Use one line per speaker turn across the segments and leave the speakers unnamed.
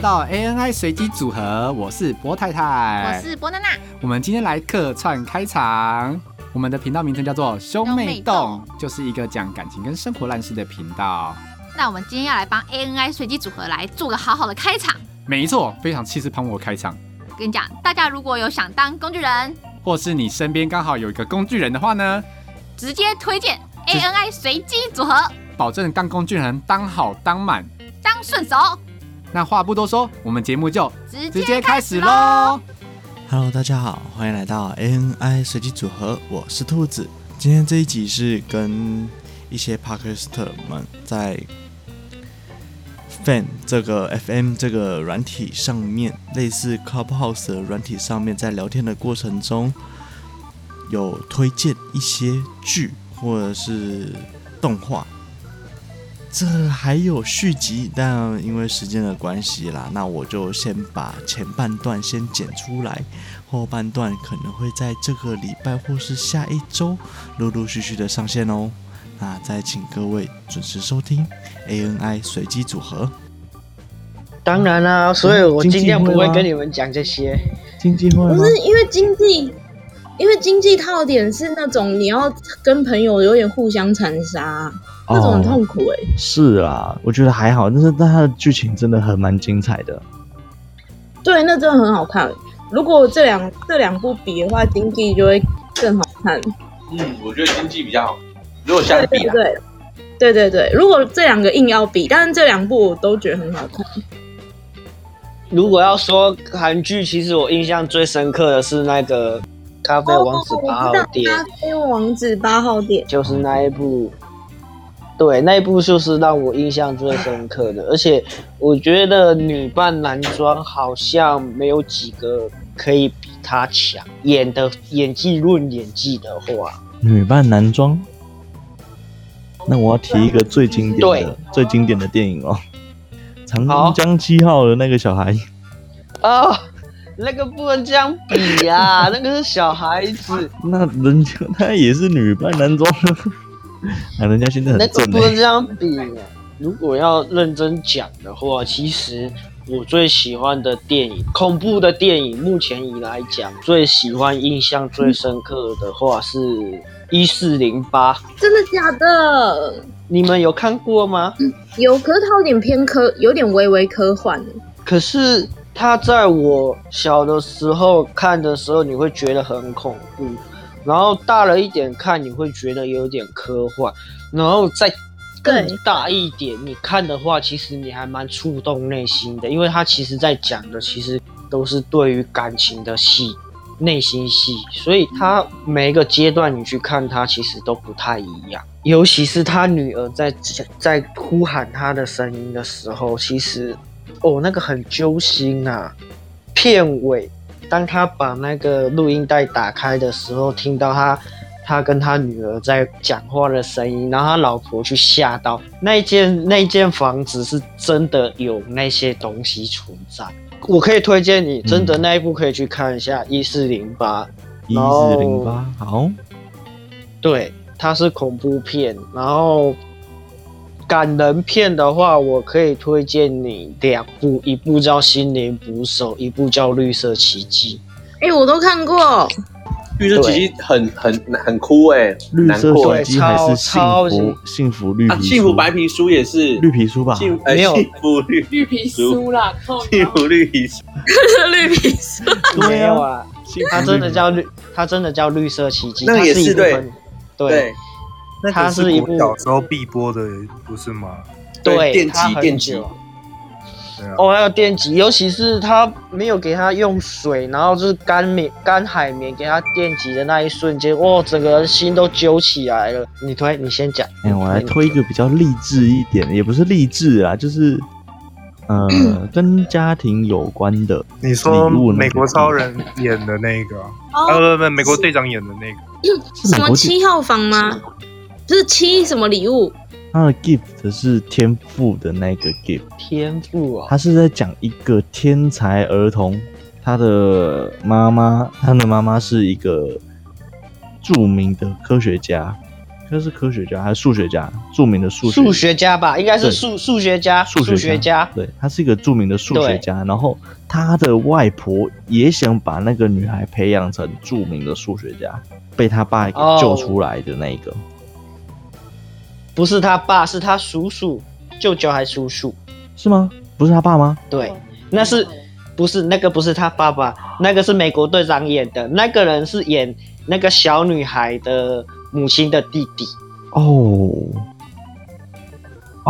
到 ANI 随机组合，我是波太太，
我是波娜娜。
我们今天来客串开场。我们的频道名称叫做“兄妹洞”，就是一个讲感情跟生活烂事的频道。
那我们今天要来帮 ANI 随机组合来做个好好的开场。
没错，非常气势磅礴开场。
跟你讲，大家如果有想当工具人，
或是你身边刚好有一个工具人的话呢，
直接推荐 ANI 随机组合，
保证当工具人当好当满。
当顺手。
那话不多说，我们节目就
直
直接开始
喽
喽。。
Hello，大家好，欢迎来到 ANI 随机组合，我是兔子。今天这一集是跟一些 Podcaster 们在 Fan 这个 FM 这个软体上面，类似 Clubhouse 的软体上面，在聊天的过程中，有推荐一些剧或者是动画。这还有续集，但因为时间的关系啦，那我就先把前半段先剪出来，后半段可能会在这个礼拜或是下一周陆陆续续的上线哦。那再请各位准时收听 ANI 随机组合。
当然啦、所以我尽量不会跟你们讲这些。
经济会
不是因为经济，因为经济套点是那种你要跟朋友有点互相残杀，那种很痛苦哎、
哦是啦，我觉得还好，但是但它的剧情真的很蛮精彩的。
对，那真的很好看。如果这两这两部比的话，经济就会更好看。
嗯，我觉得经济比较好。如果下一啊
对
季啦，
对对对对，如果这两个硬要比，但是这两部我都觉得很好看。
如果要说韩剧，其实我印象最深刻的是那个《咖啡王子八号
哦我知
店
道》，咖啡王子八号店，
就是那一部。对，那一部就是让我印象最深刻的，而且我觉得女扮男装好像没有几个可以比她强。演的演技论演技的话，
女扮男装，那我要提一个最经典
对
的、最经典的电影哦，《长
好
江江七号》的那个小孩，
哦，那个不能这样比呀、那个是小孩子。
那人家他也是女扮男装， 啊，人家现在很
那个
正
不
哎、
能这样比。如果要认真讲的话，其实我最喜欢的电影，恐怖的电影，目前以来讲，最喜欢、印象最深刻的话是《一四零八》，
真的假的？
你们有看过吗？
有，可是它有点偏科，有点微微科幻欸
可是它在我小的时候看的时候，你会觉得很恐怖，然后大了一点看，你会觉得有点科幻，然后再更
对
大一点，你看的话，其实你还蛮触动内心的，因为它其实在讲的其实都是对于感情的戏。内心戏，所以它每一个阶段你去看它，其实都不太一样。尤其是他女儿在在呼喊他的声音的时候，其实哦，那个很揪心啊！片尾，当他把那个录音带打开的时候，听到他他跟他女儿在讲话的声音，然后他老婆去吓到那一间那一间房子是真的有那些东西存在。我可以推荐你，真的那一部可以去看一下一四零八，
一四零八，好，
对，它是恐怖片，然后感人片的话，我可以推荐你两部，一部叫《心灵捕手》，一部叫《绿色奇迹
哎、我都看过。
绿色奇迹很很很哭哎、
绿
难
色
过
手
哎、
机还是幸
超
福幸福绿皮
啊，
书，
幸福白皮书也是
绿皮书吧？啊
幸呃
没有
幸福绿
绿皮书啦，靠
幸
腰
福绿皮书，
绿皮书，》。
对啊
没有啊，
幸福
它
绿
真的叫绿，它真的叫《绿色奇迹》，
那
它
也
是一
是
部
对
很
对
对
那
它
个
是一
我
部
小时候必播的，不是吗？
对
电
它
击
很
电击
久
对啊，
哦，还有电极，尤其是他没有给他用水，然后就是干棉、干海绵给他电极的那一瞬间，哇，整个人心都揪起来了。你推，你先讲。嗯
哎、我来推一个比较励志一点的，也不是励志啊，就是呃跟家庭有关的。
你说
礼物那个
美国超人演的那个啊，
哦，
啊不不不，美国队长演的那个，
什么七号房吗？不是七什么礼物？
他的 gift 是天赋的那个 gift，
天赋啊、
他是在讲一个天才儿童，他的妈妈，他的妈妈是一个著名的科学家，他是科学家还是数学家？著名的数
数学家吧，应该是
对
数数学家，
数学
数学家。
对，他是一个著名的数学家。然后他的外婆也想把那个女孩培养成著名的数学家，被他爸给
哦
救出来的那一个。
不是他爸，是他叔叔、舅舅还叔叔。
是吗？不是他爸吗？
对，那是不是那个不是他爸爸？那个是美国队长演的，那个人是演那个小女孩的母亲的弟弟，
哦，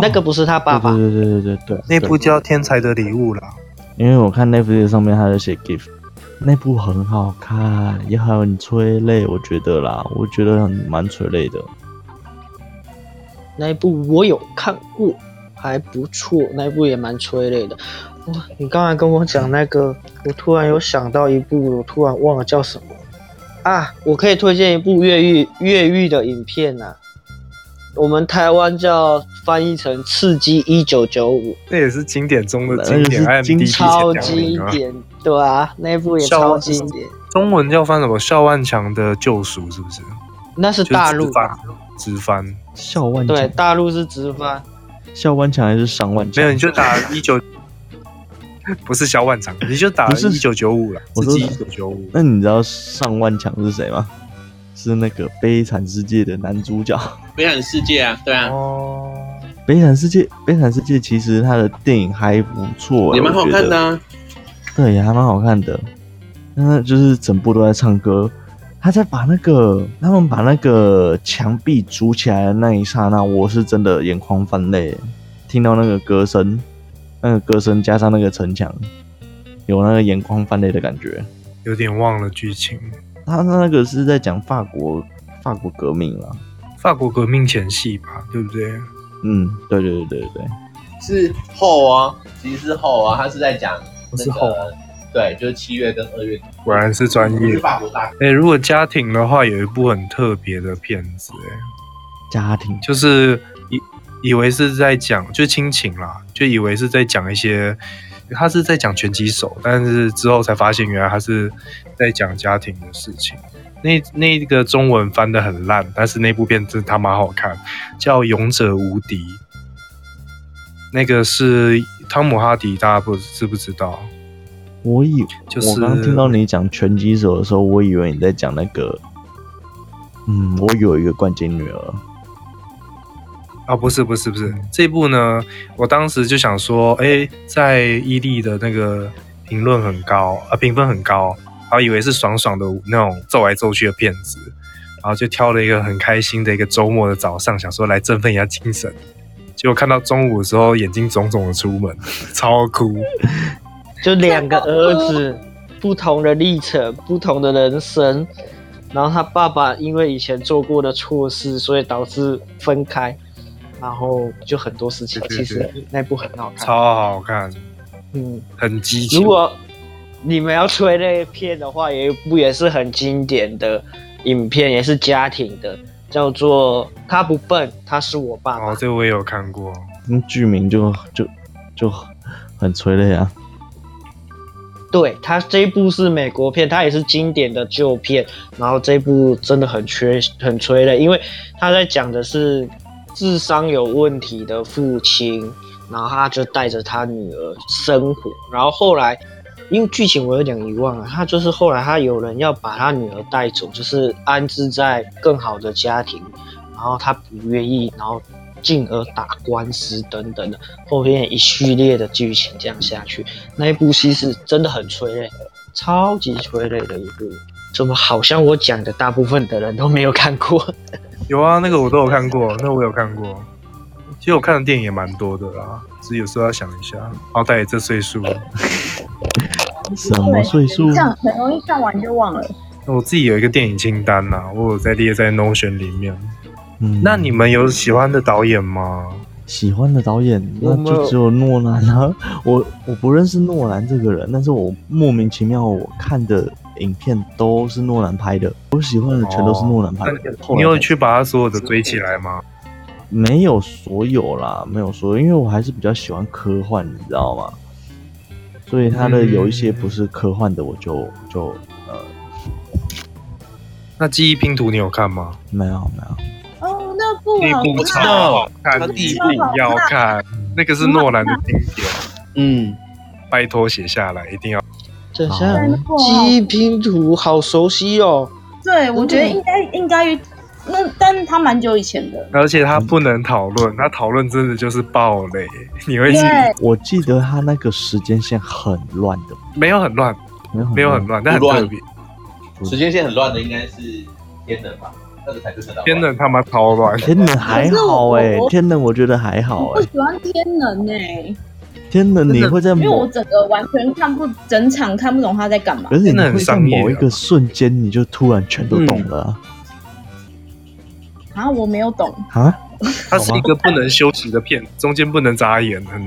那个不是他爸爸。
对对对对对对。
那部
对
叫《天才的礼物》啦，
因为我看 Netflix 上面他有写 GIF，那部很好看，也很催泪，我觉得啦，我觉得很蛮催泪的。
那一部我有看过，还不错，那一部也蛮催泪的。哇，你刚才跟我讲那个，我突然有想到一部，我突然忘了叫什么啊！我可以推荐一部越狱越狱的影片呐、啊，我们台湾叫翻译成《刺激一九九五
那也是经典中的
那
经
个
典
是
，IMDB
经
前
超
两
经
名啊。
典，对啊，那一部也
笑
超
忘
经典，
中文叫翻什么？邵万强的救赎是不是？
那是
就是
大陆
直翻
吧？，
直翻。
校万
对，
强，
大陆是直翻。
校万强还是上万
没
强？
有，你就打一九，不是肖万长，你就打
不是
一九九五了，
我
自
说
己一九九五。
那你知道上万强是谁吗？是那个《悲惨世界》的男主角。
悲惨世界啊，对啊，
哦，
《悲惨世界》《悲惨世界》其实他的电影还不错、
也蛮好看的
我觉
啊。
得对，也还蛮好看的。那就是整部都在唱歌，他在把那个他们把那个墙壁筑起来的那一刹那，我是真的眼眶泛泪，听到那个歌声，那个歌声加上那个城墙，有那个眼眶泛泪的感觉。
有点忘了剧情。
他那个是在讲法国法国革命啊啦，
法国革命前夕吧，对不对？
嗯，对对对对对对。
是后啊，其实是后啊，他是在讲那
是后
个，对，就是七月跟二月，
果然是专
就是
业。
法国大
哎、如果家庭的话，有一部很特别的片子、哎，
家庭
就是以以为是在讲就亲情啦，就以为是在讲一些，他是在讲拳击手，但是之后才发现原来他是在讲家庭的事情。那那个中文翻的很烂，但是那部片真他妈好看，叫《勇者无敌》。那个是汤姆哈迪，大家不知不知道？
我以
就是
我刚听到你讲拳击手的时候，我以为你在讲那个，嗯，我有一个冠军女儿，
啊，不是不是不是，这部呢，我当时就想说，哎，在伊利的那个评论很高，啊，评分很高，然后以为是爽爽的那种揍来揍去的片子，然后就挑了一个很开心的一个周末的早上，想说来振奋一下精神，结果看到中午的时候眼睛肿肿的出门， 超哭，
就两 个儿子，不同的历程，不同的人生。然后他爸爸因为以前做过的错事，所以导致分开，然后就很多事情。
对对
其实那部很好看，
超好看，
嗯，
很激情
如。果你们要推那片的话，有一部也是很经典的影片，也是家庭的，叫做《他不笨，他是我爸爸
哦，》。这我也有看过，
嗯剧名就就就很催泪啊。
对他这一部是美国片，它也是经典的旧片，然后这一部真的很缺很催泪，因为他在讲的是智商有问题的父亲，然后他就带着他女儿生活，然后后来因为剧情我有点遗忘了，他就是后来他有人要把他女儿带走，就是安置在更好的家庭，然后他不愿意，然后进而打官司等等的，后面一系列的剧情这样下去，那一部戏是真的很催泪，超级催泪的一部。怎么好像我讲的大部分的人都没有看过？
有啊，那个我都有看过，那我有看过。其实我看的电影也蛮多的啦，只是有时候要想一下，好歹也这岁数了。
什么岁数？
这样很容易看完就忘了。
那我自己有一个电影清单呐、我有在列在 Notion 里面。
嗯，
那你们有喜欢的导演吗？
喜欢的导演那
我们
就只有诺兰啊。 我我不认识诺兰这个人，但是我莫名其妙我看的影片都是诺兰拍的，我喜欢的全都是诺兰拍
哦那
的。
你有
后来才
去把他所有的追起来吗？
没有所有啦，没有所有，因为我还是比较喜欢科幻，你知道吗？所以他的
嗯
有一些不是科幻的，我就就呃
那记忆拼图你有看吗？
没有没有。
哦，
部
第一
好
部
看，啊
超好看，
他
第
第
一
一
部
部
要看，那个是诺兰的经典，
嗯，
拜托写下来，一定要。
等一
好
下，
真的好
记忆拼图好熟悉哦。
对，我觉得应该应该那，但他蛮久以前的。
而且他不能讨论，他讨论真的就是暴雷，你会
对，
我记得他那个时间线很乱的，
没有很乱，没有很乱，但很特别。
时间线很乱的应该是天能吧，那个才是真的。
天，冷他妈超乱，
天能还好哎、
可是我
天能我觉得还好
不
哎、
喜欢天能呢、
天能你会在
因为我
某，
整个完全看不整场看不懂他在干嘛
可。是
天
你
能很
会在
商业啊嗯
某一个瞬间，你就突然全都懂了啊
然后我没有懂，
啊！
他是一个不能休息的片，中间不能眨眼，很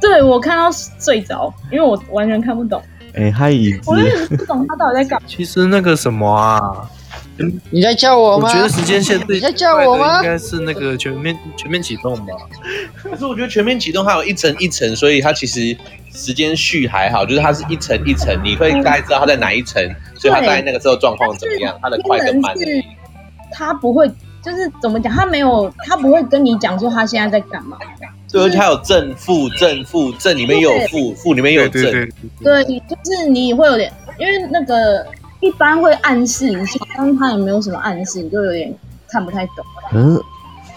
对我看到睡着，因为我完全看不懂，
哎、嗨椅子，
我就是不懂他到底在干嘛。
其实那个什么啊，
你在叫我
我
吗？
觉得时间线最
你在叫我吗
应该是那个全面全面启动吧。
可是我觉得全面启动还有一层一层，所以它其实时间序还好，就是它是一层一层，你会大概知道它在哪一层，所以它大概那个时候状况怎么样，它的快跟
天
慢
能。是他不会，就是怎么讲，他没有，他不会跟你讲说他现在在干嘛。
嗯对，而且还有正负，正负正里面也有负，负里面也有
对对
正。
对，
对，就是你会有点，因为那个一般会暗示一下，但是他也没有什么暗示，你就有点看不太懂。
可是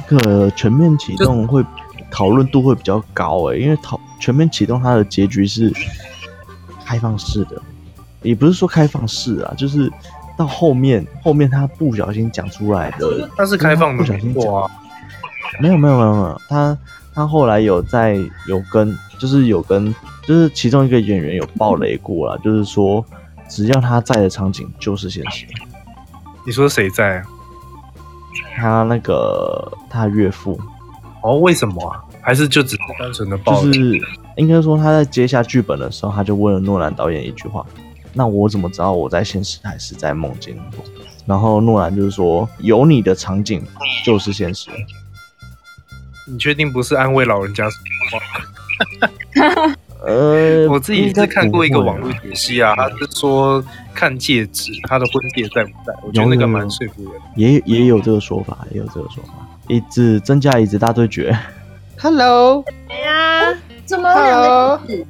这个全面启动会讨论度会比较高哎、因为讨全面启动它的结局是开放式的，也不是说开放式啊，就是到后面后面他不小心讲出来的，
它是开放的
不小
没
心
错啊。
没有没有没有没有，他他后来有在有跟就是有跟就是其中一个演员有爆雷过啦，就是说只要他在的场景就是现实，
你说谁在？啊
他那个他岳父。
哦，为什么啊？还是就只是单纯的暴
就
雷？
是应该说他在接下剧本的时候，他就问了诺兰导演一句话：“那我怎么知道我在现实还是在梦境？”然后诺兰就是说：“有你的场景就是现实。
你确定不是安慰老人家说的话？”
呃，
我自己
应该
是看过一个
不会啊
网络解析啊，他是说看戒指，他的婚戒在不在？我觉得那个蛮说服人的。
也也有这个说法，也有这个说法。椅子增加椅子大对决，
Hello，
谁呀？
怎么有两个椅子？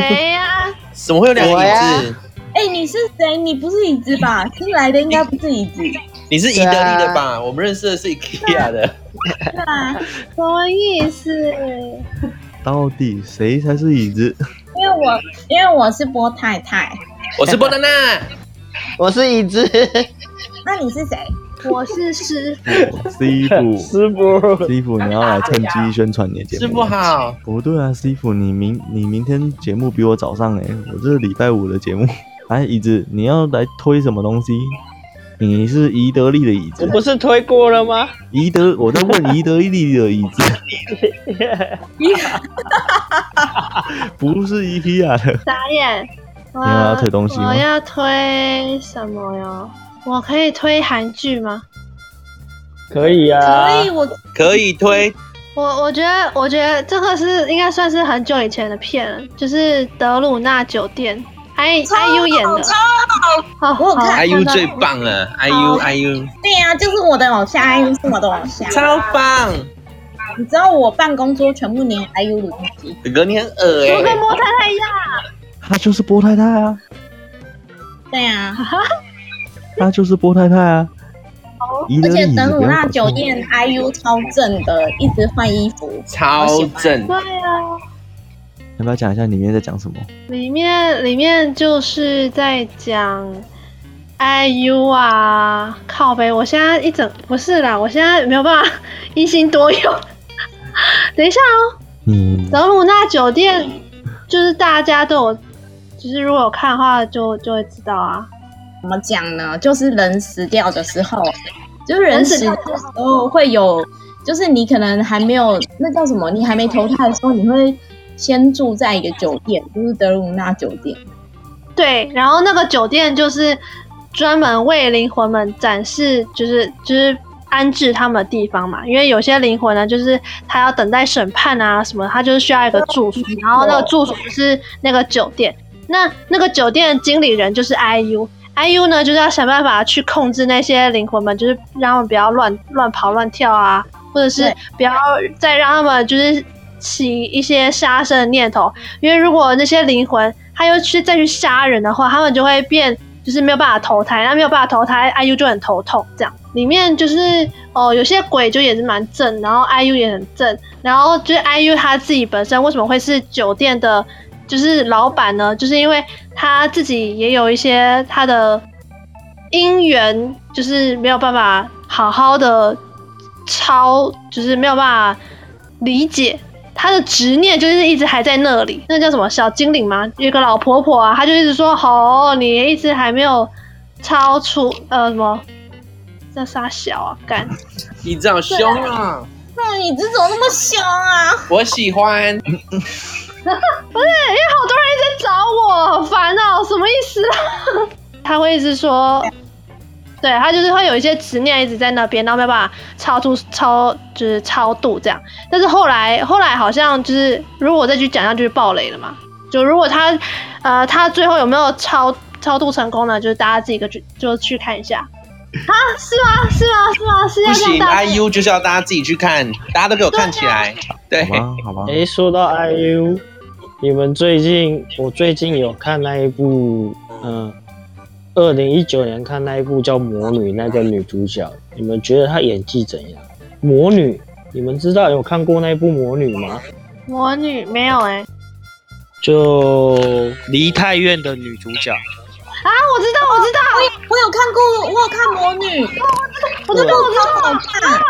谁呀？
怎么会有两
我
个
呀
椅子？
哎、你是谁？你不是椅子 吧？新来的应该不是椅子。
你是宜得利的吧？我们认识的是 IKEA 的。
对啊，
什么意思？
到底谁才是椅 子？
因为我因为我是波太太。
我是波娜娜，
我是椅 子，
那你是谁？
我是 师傅，
师傅，
师傅。
师傅，你要来趁机宣传你的节目。
师傅好。
不对啊，师傅，你明你明天节目比我早上哎、我这是礼拜五的节目。 哎，椅子，你要来推什么东西？你是宜得利的椅
我
子，
不是推过了吗？
宜得，我在问宜得利的椅子，不是 IKEA 的。
傻眼。我
你要要推东西吗
啊我要推什么哟？我可以推韩剧吗？
可以啊
可以，，我
可以推
我我觉得，我觉得这个是应该算是很久以前的片了，就是《德鲁纳酒店》，I
超好
I U 演的，
超
好，
我有
哎
看
好
IU
看到
最棒了，IU IU
对呀、啊就是我的偶像，IU 是我的偶像。
超棒，
你知道我办公桌全部粘 IU 的东西，
哥哥你很恶
我跟
哎，
莫太太一样，
她就是波太太啊，
对啊呀、
她就是波太太啊。宜得
而且
利椅子
德
不
鲁
用
纳
搞错
酒店 IU 超正的，一直换衣服。
超正，
对啊，
要不要讲一下里面在讲什么？
里面里面就是在讲 I U 啊，靠背，我现在一整不是啦，我现在没有办法 一心多用，等一下哦，
嗯，
德鲁纳酒店就是大家都有，就是如果有看的话就就会知道啊，
怎么讲呢？就是人死掉的时候，就是人死掉的时候会有，就是你可能还没有那叫什么，你还没投胎的时候，你会先住在一个酒店，就是德鲁纳酒店。
对，然后那个酒店就是专门为灵魂们展示，就是就是安置他们的地方嘛。因为有些灵魂呢，就是他要等待审判啊什么，他就是需要一个住所，然后那个住所就是那个酒店。那那个酒店的经理人就是 IU，IU IU 呢，就是要想办法去控制那些灵魂们，就是让他们不要乱乱跑乱跳啊，或者是不要再让他们就是起一些杀生的念头，因为如果那些灵魂他又去再去杀人的话，他们就会变就是没有办法投胎，那没有办法投胎，IU 就很头痛。这样里面就是哦，有些鬼就也是蛮正，然后 IU 也很正，然后就是 IU 他自己本身为什么会是酒店的？就是老板呢，就是因为他自己也有一些他的姻缘，就是没有办法好好的超，就是没有办法理解他的执念，就是一直还在那里。那叫什么小精灵吗？有个老婆婆啊，她就一直说：“哦，你一直还没有超出呃什么，这啥小啊干。”
你这样凶啊！
那你这怎么那么凶啊？
我喜欢。
不是，因为好多人一直找我，好烦哦、喔，什么意思啦？他会一直说，对他就是会有一些执念一直在那边，然后没有办法超出超就是超度这样。但是后来后来好像就是，如果我再去讲下去爆雷了嘛。就如果他呃他最后有没有超超度成功呢？就是大家自己个去就去看一下。啊，是吗？是吗？是吗？是要
不
这样
行
大家
，IU 就是要大家自己去看，大家都给我看起来。
啊
对，
好吧，好吧。
哎、说到 IU，你们最近我最近有看那一部，嗯、2二零一九年看那一部叫《魔女》，那个女主角，你们觉得她演技怎样？魔女，你们知道有看过那一部《魔女》吗？
魔女没有哎、
就梨泰院的女主角，
啊，我知道，我知道，
我有我有看过，我有看《魔女》，
我知道，我知道，
好看。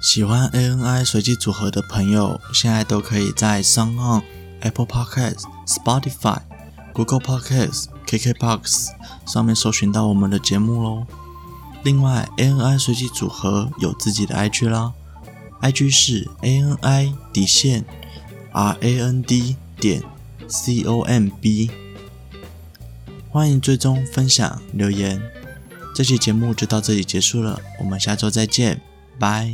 喜欢 ANI 随机组合的朋友，现在都可以在 s o n g Apple Podcast、Spotify、Google Podcast、KKBox 上面搜寻到我们的节目喽。另外，ANI 随机组合有自己的 IG 啦，IG 是 ANI 底线 RAND 点 COMB，欢迎追踪、分享、留言。这期节目就到这里结束了，我们下周再见，拜。